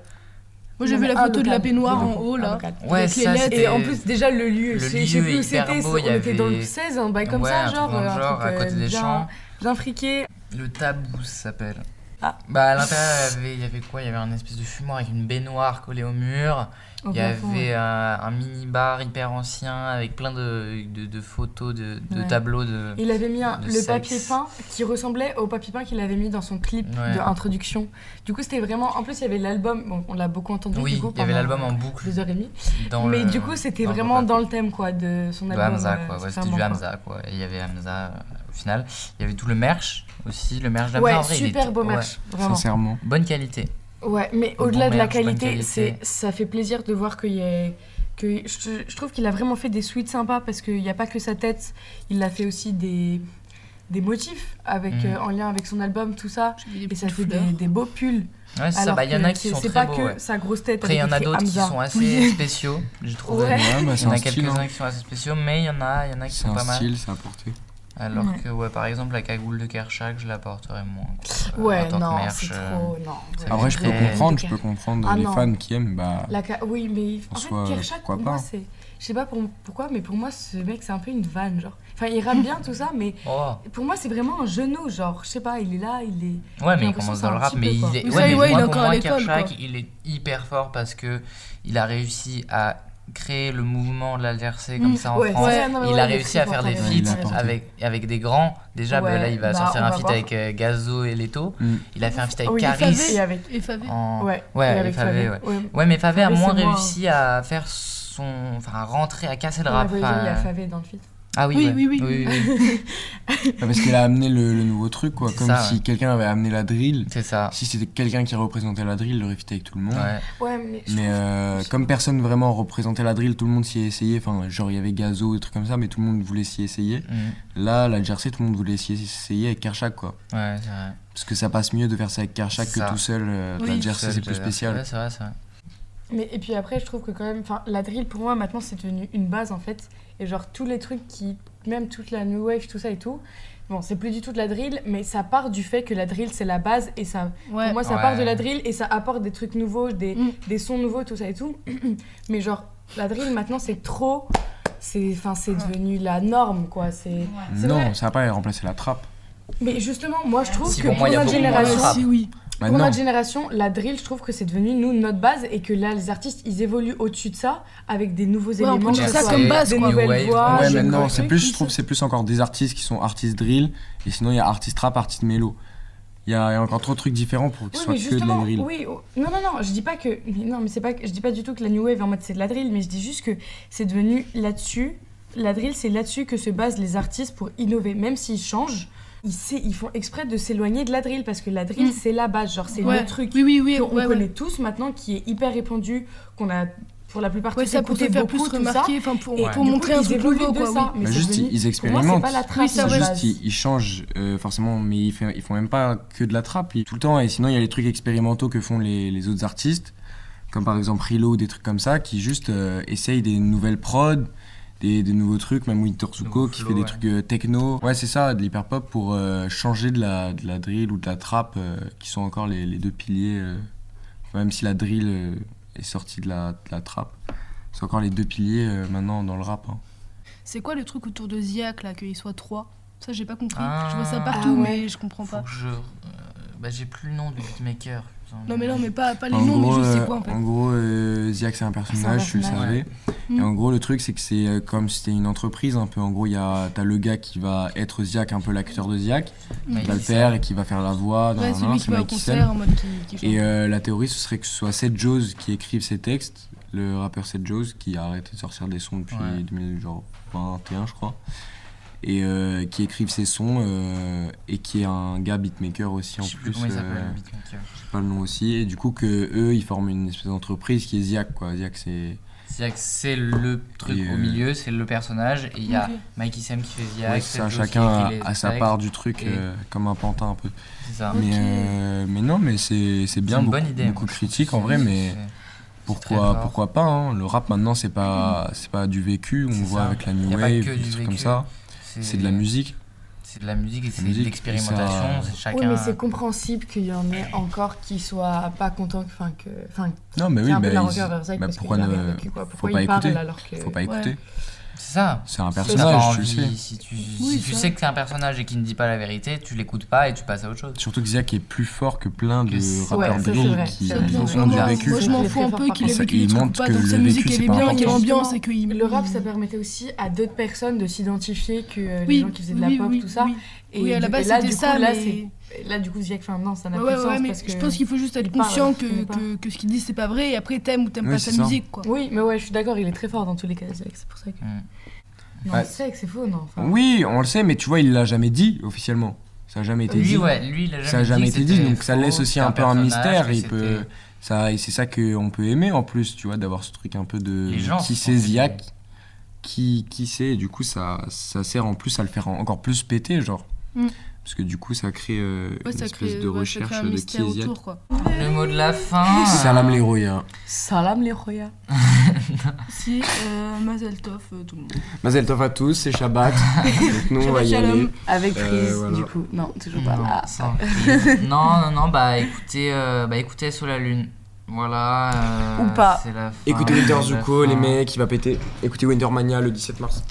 Speaker 5: Moi, j'ai
Speaker 4: Non,
Speaker 5: vu
Speaker 4: mais ah,
Speaker 5: la
Speaker 4: un
Speaker 5: photo de la
Speaker 4: local,
Speaker 5: peignoir
Speaker 4: des
Speaker 5: en
Speaker 4: locaux,
Speaker 5: haut,
Speaker 4: un
Speaker 5: là.
Speaker 4: local.
Speaker 2: Ouais,
Speaker 5: Avec les
Speaker 2: ça,
Speaker 5: LED.
Speaker 2: c'était.
Speaker 4: Et en plus, déjà, le lieu,
Speaker 2: Le
Speaker 4: je sais-
Speaker 2: lieu
Speaker 4: je sais
Speaker 2: est
Speaker 4: plus où
Speaker 2: hyper
Speaker 4: c'était,
Speaker 2: beau,
Speaker 4: on
Speaker 2: il y
Speaker 4: était dans le
Speaker 2: avait-
Speaker 4: 16, un bail comme
Speaker 2: Ouais,
Speaker 4: ça,
Speaker 2: un
Speaker 4: genre,
Speaker 2: truc dans le
Speaker 4: un
Speaker 2: genre,
Speaker 4: truc,
Speaker 2: à côté
Speaker 4: euh,
Speaker 2: des
Speaker 4: bien,
Speaker 2: champs.
Speaker 4: bien friqué.
Speaker 2: Le tabou, ça s'appelle.
Speaker 4: Ah.
Speaker 2: Bah, à l'intérieur, il y avait- il y avait quoi Il y avait un espèce de fumoir avec une baignoire collée au mur. Il
Speaker 4: Au
Speaker 2: y
Speaker 4: plafond,
Speaker 2: avait
Speaker 4: Oh, ouais.
Speaker 2: euh, un mini-bar hyper ancien avec plein de, de, de photos, de, de
Speaker 4: Ouais.
Speaker 2: tableaux. De...
Speaker 4: Il avait mis un-
Speaker 2: de
Speaker 4: le
Speaker 2: sexe.
Speaker 4: papier peint qui ressemblait au papier peint qu'il avait mis dans son clip
Speaker 2: Ouais.
Speaker 4: de introduction. Du coup, c'était vraiment. En plus, il y avait l'album, bon, on l'a beaucoup entendu.
Speaker 2: Oui,
Speaker 4: du coup,
Speaker 2: il y avait
Speaker 4: pendant
Speaker 2: l'album en boucle.
Speaker 4: Deux heures et demie.
Speaker 2: Dans
Speaker 4: Mais
Speaker 2: le-
Speaker 4: du coup, c'était
Speaker 2: dans le
Speaker 4: vraiment
Speaker 2: pop-up.
Speaker 4: dans le thème, quoi, de son
Speaker 2: de
Speaker 4: album.
Speaker 2: Hamza,
Speaker 4: euh,
Speaker 2: quoi. Ouais, c'était
Speaker 4: clairement,
Speaker 2: du
Speaker 4: quoi.
Speaker 2: Hamza, quoi. Et il y avait Hamza euh, au final. Il y avait tout le merch aussi. Le merch d'Hamza, en
Speaker 4: Ouais,
Speaker 2: vrai, il
Speaker 4: super
Speaker 2: était-
Speaker 4: beau
Speaker 2: ouais.
Speaker 4: match, vraiment.
Speaker 3: Sincèrement.
Speaker 2: Bonne qualité.
Speaker 4: Ouais, mais
Speaker 2: Bon
Speaker 4: au-delà de la
Speaker 2: merch, bonne
Speaker 4: qualité,
Speaker 2: qualité.
Speaker 4: c'est ça fait plaisir de voir qu'il y a que je, je trouve qu'il a vraiment fait des suites sympas parce qu'il n'y a pas que sa tête, il a fait aussi des des motifs avec
Speaker 2: Mhm.
Speaker 4: euh, en lien avec son album tout ça
Speaker 5: J'ai vu des
Speaker 4: et ça
Speaker 5: petites
Speaker 4: fait
Speaker 5: fleurs.
Speaker 4: des, des beaux pulls.
Speaker 2: Ouais, c'est ça.
Speaker 4: Alors
Speaker 2: Bah, il y en a
Speaker 4: que
Speaker 2: qui
Speaker 4: c'est-
Speaker 2: sont
Speaker 4: c'est
Speaker 2: très
Speaker 4: pas
Speaker 2: beaux.
Speaker 4: que
Speaker 2: ouais.
Speaker 4: sa grosse tête.
Speaker 2: Après, il y en
Speaker 4: avec
Speaker 2: a
Speaker 4: écrit
Speaker 2: d'autres qui
Speaker 4: Hamza.
Speaker 2: sont assez spéciaux, j'ai trouvé.
Speaker 4: Ouais.
Speaker 3: Ouais, bah,
Speaker 2: Il
Speaker 3: c'est
Speaker 2: y en
Speaker 3: un
Speaker 2: a
Speaker 3: style.
Speaker 2: quelques-uns
Speaker 3: hein.
Speaker 2: qui sont assez spéciaux, mais il y en a, il y en a qui
Speaker 3: C'est
Speaker 2: sont
Speaker 3: un
Speaker 2: pas mal.
Speaker 3: style, ça a porté.
Speaker 2: Alors
Speaker 4: Ouais.
Speaker 2: que, ouais, par exemple, la cagoule de Kershak, je la porterais moins. quoi. Euh, en
Speaker 4: Ouais,
Speaker 2: tant que
Speaker 4: non,
Speaker 2: merch,
Speaker 4: c'est
Speaker 2: euh,
Speaker 4: trop. Non.
Speaker 2: ça
Speaker 3: Après, je peux
Speaker 2: Ouais.
Speaker 3: comprendre, je peux comprendre
Speaker 4: Ah,
Speaker 3: les
Speaker 4: non.
Speaker 3: fans qui aiment. Bah,
Speaker 4: La ca- Oui, mais en,
Speaker 3: En
Speaker 4: fait,
Speaker 3: soi,
Speaker 4: Kershak,
Speaker 3: pourquoi
Speaker 4: pour moi,
Speaker 3: pas
Speaker 4: c'est. Je sais pas pour- pourquoi, mais pour moi, ce mec, c'est un peu une vanne, genre. Enfin, il rappe bien, tout ça, mais
Speaker 2: Oh.
Speaker 4: pour moi, c'est vraiment un genou, genre. Je sais pas, il est là, il est.
Speaker 2: Ouais, mais
Speaker 4: l'impression
Speaker 2: il
Speaker 4: que
Speaker 2: commence
Speaker 4: c'est
Speaker 2: dans
Speaker 4: un
Speaker 2: le rap,
Speaker 4: petit
Speaker 2: mais
Speaker 4: peu,
Speaker 2: il
Speaker 4: quoi.
Speaker 2: est.
Speaker 5: Oui,
Speaker 2: ouais,
Speaker 5: ça,
Speaker 2: mais
Speaker 5: ouais, il
Speaker 2: moi,
Speaker 5: est
Speaker 2: pour
Speaker 5: encore à
Speaker 2: moi,
Speaker 5: l'école,
Speaker 2: Kershak,
Speaker 5: quoi.
Speaker 2: il est hyper fort parce que il a réussi à créer le mouvement de l'altercé comme
Speaker 5: Mm,
Speaker 2: ça en
Speaker 4: ouais,
Speaker 2: France.
Speaker 4: ouais, non, mais
Speaker 2: il
Speaker 4: ouais,
Speaker 2: a
Speaker 4: il est
Speaker 2: réussi
Speaker 4: très
Speaker 2: à faire
Speaker 4: fort,
Speaker 2: des
Speaker 4: t'as
Speaker 3: raison. Il
Speaker 2: feats
Speaker 3: a porté.
Speaker 2: avec, avec des grands. Déjà,
Speaker 4: Ouais,
Speaker 2: là, il va
Speaker 4: bah,
Speaker 2: sortir
Speaker 4: on
Speaker 2: un
Speaker 4: va
Speaker 2: feat
Speaker 4: voir.
Speaker 2: avec euh, Gazo et Leto.
Speaker 3: Mm.
Speaker 2: Il a fait un feat avec
Speaker 4: Oh, Oui,
Speaker 2: Caris.
Speaker 4: Et avec.
Speaker 5: Et Favé.
Speaker 2: en-
Speaker 4: Ouais,
Speaker 2: ouais,
Speaker 4: et
Speaker 2: avec Favé, ouais. Ouais, mais Favé a
Speaker 4: Favé,
Speaker 2: moins
Speaker 4: c'est moi. hein.
Speaker 2: réussi à faire son. Enfin, à rentrer, à casser le
Speaker 4: Ouais,
Speaker 2: rap. euh,
Speaker 4: ouais,
Speaker 2: enfin,
Speaker 4: Il y a Favé dans le feat.
Speaker 2: Ah oui,
Speaker 5: Oui,
Speaker 2: ouais.
Speaker 5: oui, oui.
Speaker 2: oui.
Speaker 3: Ah, Parce qu'elle a amené le, le nouveau truc, quoi.
Speaker 2: C'est
Speaker 3: Comme
Speaker 2: ça,
Speaker 3: si
Speaker 2: ouais.
Speaker 3: quelqu'un avait amené la drill.
Speaker 2: C'est ça.
Speaker 3: Si c'était quelqu'un qui représentait la drill, il l'aurait fit avec tout le monde.
Speaker 2: Ouais.
Speaker 4: Ouais, mais. je
Speaker 3: Mais
Speaker 4: trouve-
Speaker 3: euh, comme personne vraiment représentait la drill, tout le monde s'y est essayé. Enfin, genre, il y avait Gazo, des trucs comme ça, mais tout le monde voulait s'y essayer.
Speaker 2: Mm.
Speaker 3: Là, la Jersey, tout le monde voulait s'y essayer avec Kershak, quoi.
Speaker 2: Ouais, c'est vrai.
Speaker 3: Parce que ça passe mieux de faire ça avec Kershak
Speaker 2: Ça.
Speaker 3: que tout seul. euh,
Speaker 5: Oui.
Speaker 3: la Jersey,
Speaker 2: Seul
Speaker 3: c'est plus
Speaker 2: Jazzer.
Speaker 3: spécial.
Speaker 2: Ouais, c'est vrai, c'est vrai.
Speaker 4: Mais et puis après, je trouve que quand même, enfin, la drill pour moi maintenant c'est devenu une base en fait. Et genre tous les trucs qui, même toute la new wave, tout ça et tout. Bon, c'est plus du tout de la drill, mais ça part du fait que la drill c'est la base et ça.
Speaker 5: Ouais.
Speaker 4: Pour moi, ça
Speaker 2: Ouais.
Speaker 4: part de la drill et ça apporte des trucs nouveaux, des,
Speaker 5: Mm.
Speaker 4: des sons nouveaux, tout ça et tout. mais genre la drill maintenant c'est trop, c'est, enfin, c'est devenu la norme quoi. C'est. C'est vrai.
Speaker 3: Non, ça va pas remplacer la trappe.
Speaker 4: Mais justement, moi je trouve
Speaker 2: Si,
Speaker 4: que
Speaker 2: pour
Speaker 4: pour,
Speaker 2: moi, il y a
Speaker 4: notre
Speaker 2: beaucoup moins de
Speaker 4: génération,
Speaker 2: rap.
Speaker 5: Si, oui.
Speaker 3: Bah,
Speaker 4: pour
Speaker 3: non.
Speaker 4: notre génération, la drill, je trouve que c'est devenu nous notre base et que là les artistes ils évoluent au-dessus de ça avec des nouveaux
Speaker 5: on
Speaker 4: éléments,
Speaker 5: prend
Speaker 4: que
Speaker 2: ça
Speaker 4: ce soit
Speaker 2: comme base,
Speaker 4: des
Speaker 2: quoi.
Speaker 4: nouvelles
Speaker 2: New
Speaker 4: voix.
Speaker 2: wave.
Speaker 3: Ouais,
Speaker 4: des
Speaker 3: mais
Speaker 4: nouveaux
Speaker 3: non, c'est
Speaker 4: trucs.
Speaker 3: plus, je trouve, c'est plus encore des artistes qui sont artistes drill, et sinon il y a artistes rap, artistes mélo. Il y a il y a encore trop de trucs différents pour qu'ils
Speaker 4: Oui,
Speaker 3: soient
Speaker 4: mais
Speaker 3: que de la
Speaker 4: justement,
Speaker 3: drill.
Speaker 4: oui, oh, non, non, non, je dis pas que, mais non, mais c'est pas, que- je dis pas du tout que la new wave en mode c'est de la drill, mais je dis juste que c'est devenu là-dessus, la drill, c'est là-dessus que se basent les artistes pour innover, même s'ils changent, ils, sait- ils font exprès de s'éloigner de la drill parce que la drill
Speaker 5: Mm.
Speaker 4: c'est la base, genre c'est
Speaker 5: Ouais.
Speaker 4: le truc
Speaker 5: Oui, oui, oui.
Speaker 4: qu'on
Speaker 5: ouais,
Speaker 4: connaît
Speaker 5: ouais.
Speaker 4: tous maintenant, qui est hyper répandu, qu'on a pour la plupart
Speaker 5: Ouais,
Speaker 4: tous
Speaker 5: ça pour te
Speaker 4: écouté
Speaker 5: faire
Speaker 4: beaucoup,
Speaker 5: plus
Speaker 4: tout ça.
Speaker 5: remarquer, enfin pour,
Speaker 4: Et
Speaker 5: pour
Speaker 4: du coup,
Speaker 5: montrer un
Speaker 4: ils
Speaker 5: truc
Speaker 4: évoluent
Speaker 5: nouveau,
Speaker 4: de
Speaker 5: quoi.
Speaker 4: ça,
Speaker 5: oui.
Speaker 4: mais
Speaker 3: Bah,
Speaker 4: c'est
Speaker 3: juste,
Speaker 4: devenu-
Speaker 3: ils
Speaker 4: pour moi, c'est
Speaker 3: expérimentent.
Speaker 4: pas la trappe,
Speaker 5: Oui, ça,
Speaker 4: de
Speaker 3: C'est
Speaker 5: ouais.
Speaker 3: juste,
Speaker 4: base.
Speaker 3: ils, ils changent euh, forcément, mais ils, fait- ils font même pas que de la trappe ils- tout le temps. Et sinon, il y a les trucs expérimentaux que font les, les autres artistes, comme par exemple Rilo ou des trucs comme ça, qui juste euh, essayent des nouvelles prods, des, des nouveaux trucs, même Winterzuko
Speaker 2: Nouveau
Speaker 3: qui
Speaker 2: flow,
Speaker 3: fait des
Speaker 2: ouais.
Speaker 3: trucs euh, techno. Ouais, c'est ça, de l'hyper pop pour euh, changer de la, de la drill ou de la trappe, euh, qui sont encore les, les deux piliers, euh, même si la drill euh, est sortie de la, de la trappe. C'est encore les deux piliers euh, maintenant dans le rap. hein.
Speaker 5: C'est quoi le truc autour de Ziac là, qu'il soit 3 Ça, j'ai pas compris.
Speaker 2: Ah.
Speaker 5: je vois ça
Speaker 4: Ah
Speaker 5: partout,
Speaker 4: ouais.
Speaker 5: mais je comprends
Speaker 2: Faut
Speaker 5: pas.
Speaker 2: que je. euh, bah, j'ai plus le nom du beatmaker. putain.
Speaker 5: Non, mais non, mais pas, pas les
Speaker 3: En
Speaker 5: noms,
Speaker 3: gros,
Speaker 5: mais juste c'est
Speaker 3: euh,
Speaker 5: quoi en fait.
Speaker 3: en gros, euh, Ziac, c'est un personnage, tu le
Speaker 4: personnage,
Speaker 3: savais.
Speaker 5: ouais. Hmm.
Speaker 3: Et en gros, le truc, c'est que c'est euh, comme si c'était une entreprise un peu. En gros, il y a- t'as le gars qui va être Ziac, un peu l'acteur de Ziac,
Speaker 2: Mais
Speaker 3: qui va le
Speaker 2: il-
Speaker 3: faire et qui va faire la voix.
Speaker 5: Ouais,
Speaker 3: nan,
Speaker 5: c'est
Speaker 3: nan,
Speaker 5: lui qui va au
Speaker 3: Mike Tyson.
Speaker 5: concert hein. en mode qui, qui chante.
Speaker 3: Et euh, la théorie, ce serait que ce soit Seth Jones qui écrive ses textes, le rappeur Seth Jones qui a arrêté de sortir des sons depuis
Speaker 2: Ouais.
Speaker 3: 2021, je crois, et euh, qui écrive ses sons euh, et qui est un gars beatmaker aussi
Speaker 2: Je
Speaker 3: en
Speaker 2: sais
Speaker 3: plus.
Speaker 2: plus comment il s'appelle
Speaker 3: euh,
Speaker 2: le beatmaker.
Speaker 3: j'ai pas le nom aussi. Et du coup, que eux, ils forment une espèce d'entreprise qui est Ziac, quoi. Ziac, c'est.
Speaker 2: Ziak, c'est le truc
Speaker 3: Et,
Speaker 2: au
Speaker 3: euh,
Speaker 2: milieu, c'est le personnage. Et il y a
Speaker 5: Ok.
Speaker 2: Mikey Sam qui fait Ziak.
Speaker 3: Ouais,
Speaker 2: Seth Jones
Speaker 3: ça,
Speaker 2: qui
Speaker 3: chacun a,
Speaker 2: écrit les
Speaker 3: a sa
Speaker 2: textes.
Speaker 3: part du truc,
Speaker 2: Et-
Speaker 3: euh, comme un pantin un peu.
Speaker 2: C'est ça.
Speaker 5: Ok.
Speaker 3: Mais, euh, mais non, mais c'est c'est bien.
Speaker 2: C'est une
Speaker 3: beaucoup,
Speaker 2: bonne idée.
Speaker 3: Beaucoup
Speaker 2: moi,
Speaker 3: de
Speaker 2: je
Speaker 3: critiques
Speaker 2: trouve
Speaker 3: en
Speaker 2: que
Speaker 3: vrai,
Speaker 2: c'est-
Speaker 3: mais
Speaker 2: très
Speaker 3: pourquoi,
Speaker 2: fort.
Speaker 3: pourquoi pas hein. Le rap maintenant, c'est pas, c'est pas du vécu, on
Speaker 2: Hmm. C'est
Speaker 3: voit
Speaker 2: ça.
Speaker 3: avec la new
Speaker 2: Y a pas
Speaker 3: wave,
Speaker 2: que
Speaker 3: des
Speaker 2: du
Speaker 3: trucs comme
Speaker 2: vécu.
Speaker 3: ça.
Speaker 2: c'est-
Speaker 3: C'est de la musique.
Speaker 2: C'est de la musique et c'est de
Speaker 3: musique,
Speaker 2: l'expérimentation.
Speaker 3: et ça-
Speaker 2: c'est Chacun.
Speaker 4: Oui, mais c'est compréhensible qu'il y en ait encore qui soient pas contents, que- enfin que, enfin,
Speaker 3: Non, mais
Speaker 4: qu'il
Speaker 3: oui,
Speaker 4: y a un
Speaker 3: bah,
Speaker 4: peu de la
Speaker 3: ils-
Speaker 4: rancœur vers Zack
Speaker 3: bah,
Speaker 4: parce qu'il
Speaker 3: pourquoi
Speaker 4: a rien
Speaker 3: ne.
Speaker 4: vécu, quoi.
Speaker 3: Faut
Speaker 4: Pourquoi
Speaker 3: pas
Speaker 4: il parle
Speaker 3: écouter.
Speaker 4: alors que.
Speaker 3: Faut pas écouter.
Speaker 2: C'est ça.
Speaker 3: C'est un
Speaker 2: Si t'as pas
Speaker 3: personnage, tu le sais.
Speaker 2: envie, Si tu, si
Speaker 5: Oui,
Speaker 2: tu
Speaker 5: ça.
Speaker 2: sais que c'est un personnage et qu'il ne dit pas la vérité, tu l'écoutes pas et tu passes à autre chose.
Speaker 3: Surtout que Ziac est plus fort que plein
Speaker 2: Que c'est-
Speaker 3: de
Speaker 4: Ouais,
Speaker 3: rappeurs
Speaker 4: ça, c'est
Speaker 3: drill
Speaker 4: vrai.
Speaker 3: qui
Speaker 4: Ça,
Speaker 5: Ça, bien
Speaker 4: ils
Speaker 5: sûr,
Speaker 3: ont
Speaker 4: vraiment,
Speaker 3: du
Speaker 5: moi,
Speaker 3: vécu.
Speaker 5: moi, je m'en
Speaker 4: Ils
Speaker 5: fous un peu
Speaker 4: montrent
Speaker 5: qu'il ait
Speaker 3: que
Speaker 5: vécu les trucs ou pas,
Speaker 3: le
Speaker 5: tant que sa
Speaker 3: vécu,
Speaker 5: musique elle
Speaker 3: c'est
Speaker 5: est
Speaker 3: pas
Speaker 5: bien, qu'il y a
Speaker 4: important.
Speaker 5: l'ambiance et qu'il.
Speaker 4: Le rap, ça permettait aussi à d'autres personnes de s'identifier que euh, les
Speaker 5: Oui,
Speaker 4: gens qui faisaient de la
Speaker 5: oui,
Speaker 4: pop,
Speaker 5: oui,
Speaker 4: tout ça.
Speaker 5: oui.
Speaker 4: Et
Speaker 5: oui, à
Speaker 4: du-
Speaker 5: la
Speaker 4: et
Speaker 5: base
Speaker 4: là,
Speaker 5: c'était
Speaker 4: du coup,
Speaker 5: ça,
Speaker 4: là,
Speaker 5: mais.
Speaker 4: c'est- là, du coup, Ziak, enfin, non, ça n'a
Speaker 5: Ouais,
Speaker 4: plus
Speaker 5: ouais,
Speaker 4: de
Speaker 5: ouais,
Speaker 4: sens
Speaker 5: mais
Speaker 4: parce que.
Speaker 5: je pense qu'il faut juste être
Speaker 4: il parle,
Speaker 5: conscient
Speaker 4: il connaît
Speaker 5: que,
Speaker 4: pas.
Speaker 5: que, que ce qu'il dit c'est pas vrai et après t'aimes ou t'aimes
Speaker 3: Oui,
Speaker 5: pas
Speaker 3: c'est
Speaker 5: sa
Speaker 3: ça.
Speaker 5: musique quoi.
Speaker 4: Oui, mais ouais, je suis d'accord, il est très fort dans tous les cas, Ziak, c'est pour ça que.
Speaker 2: Mm.
Speaker 4: Non,
Speaker 3: Ouais. Mm.
Speaker 4: c'est vrai que c'est faux, non. enfin.
Speaker 3: Oui, on le sait, mais tu vois, il l'a jamais dit officiellement. Ça a jamais été
Speaker 2: Lui,
Speaker 3: dit.
Speaker 2: ouais, lui, il a
Speaker 3: ça a jamais été
Speaker 2: que
Speaker 3: dit,
Speaker 2: c'était
Speaker 3: donc ça
Speaker 2: faux,
Speaker 3: laisse aussi
Speaker 2: c'était
Speaker 3: un peu un
Speaker 2: personnage,
Speaker 3: mystère.
Speaker 2: que
Speaker 3: Il
Speaker 2: c'était-
Speaker 3: peut, ça, et c'est ça qu'on peut aimer en plus, tu vois, d'avoir ce truc un peu de
Speaker 2: Les gens
Speaker 3: qui
Speaker 2: se
Speaker 3: c'est
Speaker 2: sentent
Speaker 3: Ziac, qui, qui c'est, et du coup ça, ça sert en plus à le faire en- encore plus péter, genre.
Speaker 5: Mm.
Speaker 3: Parce que du coup, ça crée euh,
Speaker 5: Ouais,
Speaker 3: une
Speaker 5: ça
Speaker 3: espèce
Speaker 5: crée,
Speaker 3: de
Speaker 5: ouais, ça crée
Speaker 3: recherche
Speaker 5: un
Speaker 3: de qui
Speaker 5: mystère
Speaker 3: est Ziad.
Speaker 5: autour, Ah. quoi.
Speaker 2: Le mot de la fin.
Speaker 3: Salam les hein. royas.
Speaker 4: Salam les royas.
Speaker 5: Si, euh, Mazel Tov, euh, tout le monde.
Speaker 3: Mazel Tov à tous, c'est Shabbat. Donc nous, on va y
Speaker 5: Shabbat shalom.
Speaker 3: aller.
Speaker 4: Avec
Speaker 3: Euh,
Speaker 4: prise,
Speaker 3: voilà. Mm.
Speaker 4: du coup. Non, toujours pas.
Speaker 2: Non,
Speaker 4: Ah,
Speaker 2: sans prise. non, non, non, bah écoutez, euh, bah écoutez sous la lune. Voilà. euh,
Speaker 4: Ou pas.
Speaker 2: c'est la fin,
Speaker 3: Écoutez Winter
Speaker 2: c'est
Speaker 3: Zuko,
Speaker 2: la
Speaker 3: les
Speaker 2: fin.
Speaker 3: mecs, il va péter. Écoutez Wintermania le 17 mars.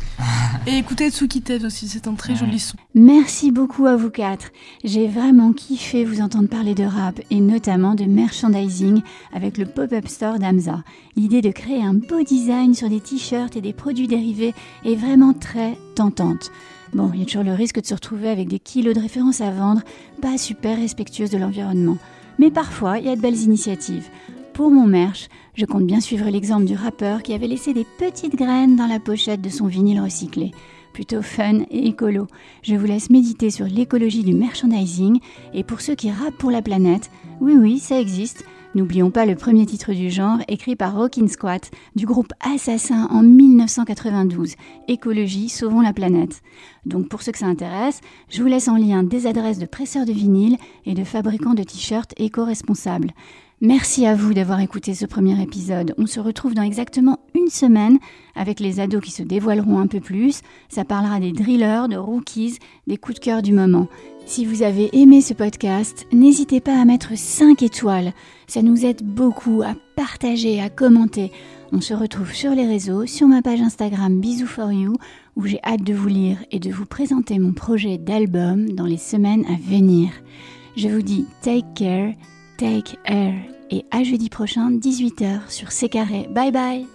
Speaker 5: Et écoutez Tsuki Ted aussi, c'est un très joli son.
Speaker 1: Merci beaucoup à vous quatre. J'ai vraiment kiffé vous entendre parler de rap et notamment de merchandising avec le pop-up store d'Amza. L'idée de créer un beau design sur des t-shirts et des produits dérivés est vraiment très tentante. Bon, il y a toujours le risque de se retrouver avec des kilos de références à vendre, pas super respectueuses de l'environnement. Mais parfois, il y a de belles initiatives. Pour mon merch, je compte bien suivre l'exemple du rappeur qui avait laissé des petites graines dans la pochette de son vinyle recyclé. Plutôt fun et écolo. Je vous laisse méditer sur l'écologie du merchandising et pour ceux qui rappent pour la planète, oui oui, ça existe. N'oublions pas le premier titre du genre écrit par Rockin' Squat du groupe Assassin en 1992, Écologie, sauvons la planète. Donc pour ceux que ça intéresse, je vous laisse en lien des adresses de presseurs de vinyle et de fabricants de t-shirts éco-responsables. Merci à vous d'avoir écouté ce premier épisode. On se retrouve dans exactement une semaine avec les ados qui se dévoileront un peu plus. Ça parlera des drillers, de rookies, des coups de cœur du moment. Si vous avez aimé ce podcast, n'hésitez pas à mettre 5 étoiles. Ça nous aide beaucoup à partager, à commenter. On se retrouve sur les réseaux, sur ma page Instagram Bisous for You, où j'ai hâte de vous lire et de vous présenter mon projet d'album dans les semaines à venir. Je vous dis take care, take air et à jeudi prochain 18h sur C carré. Bye bye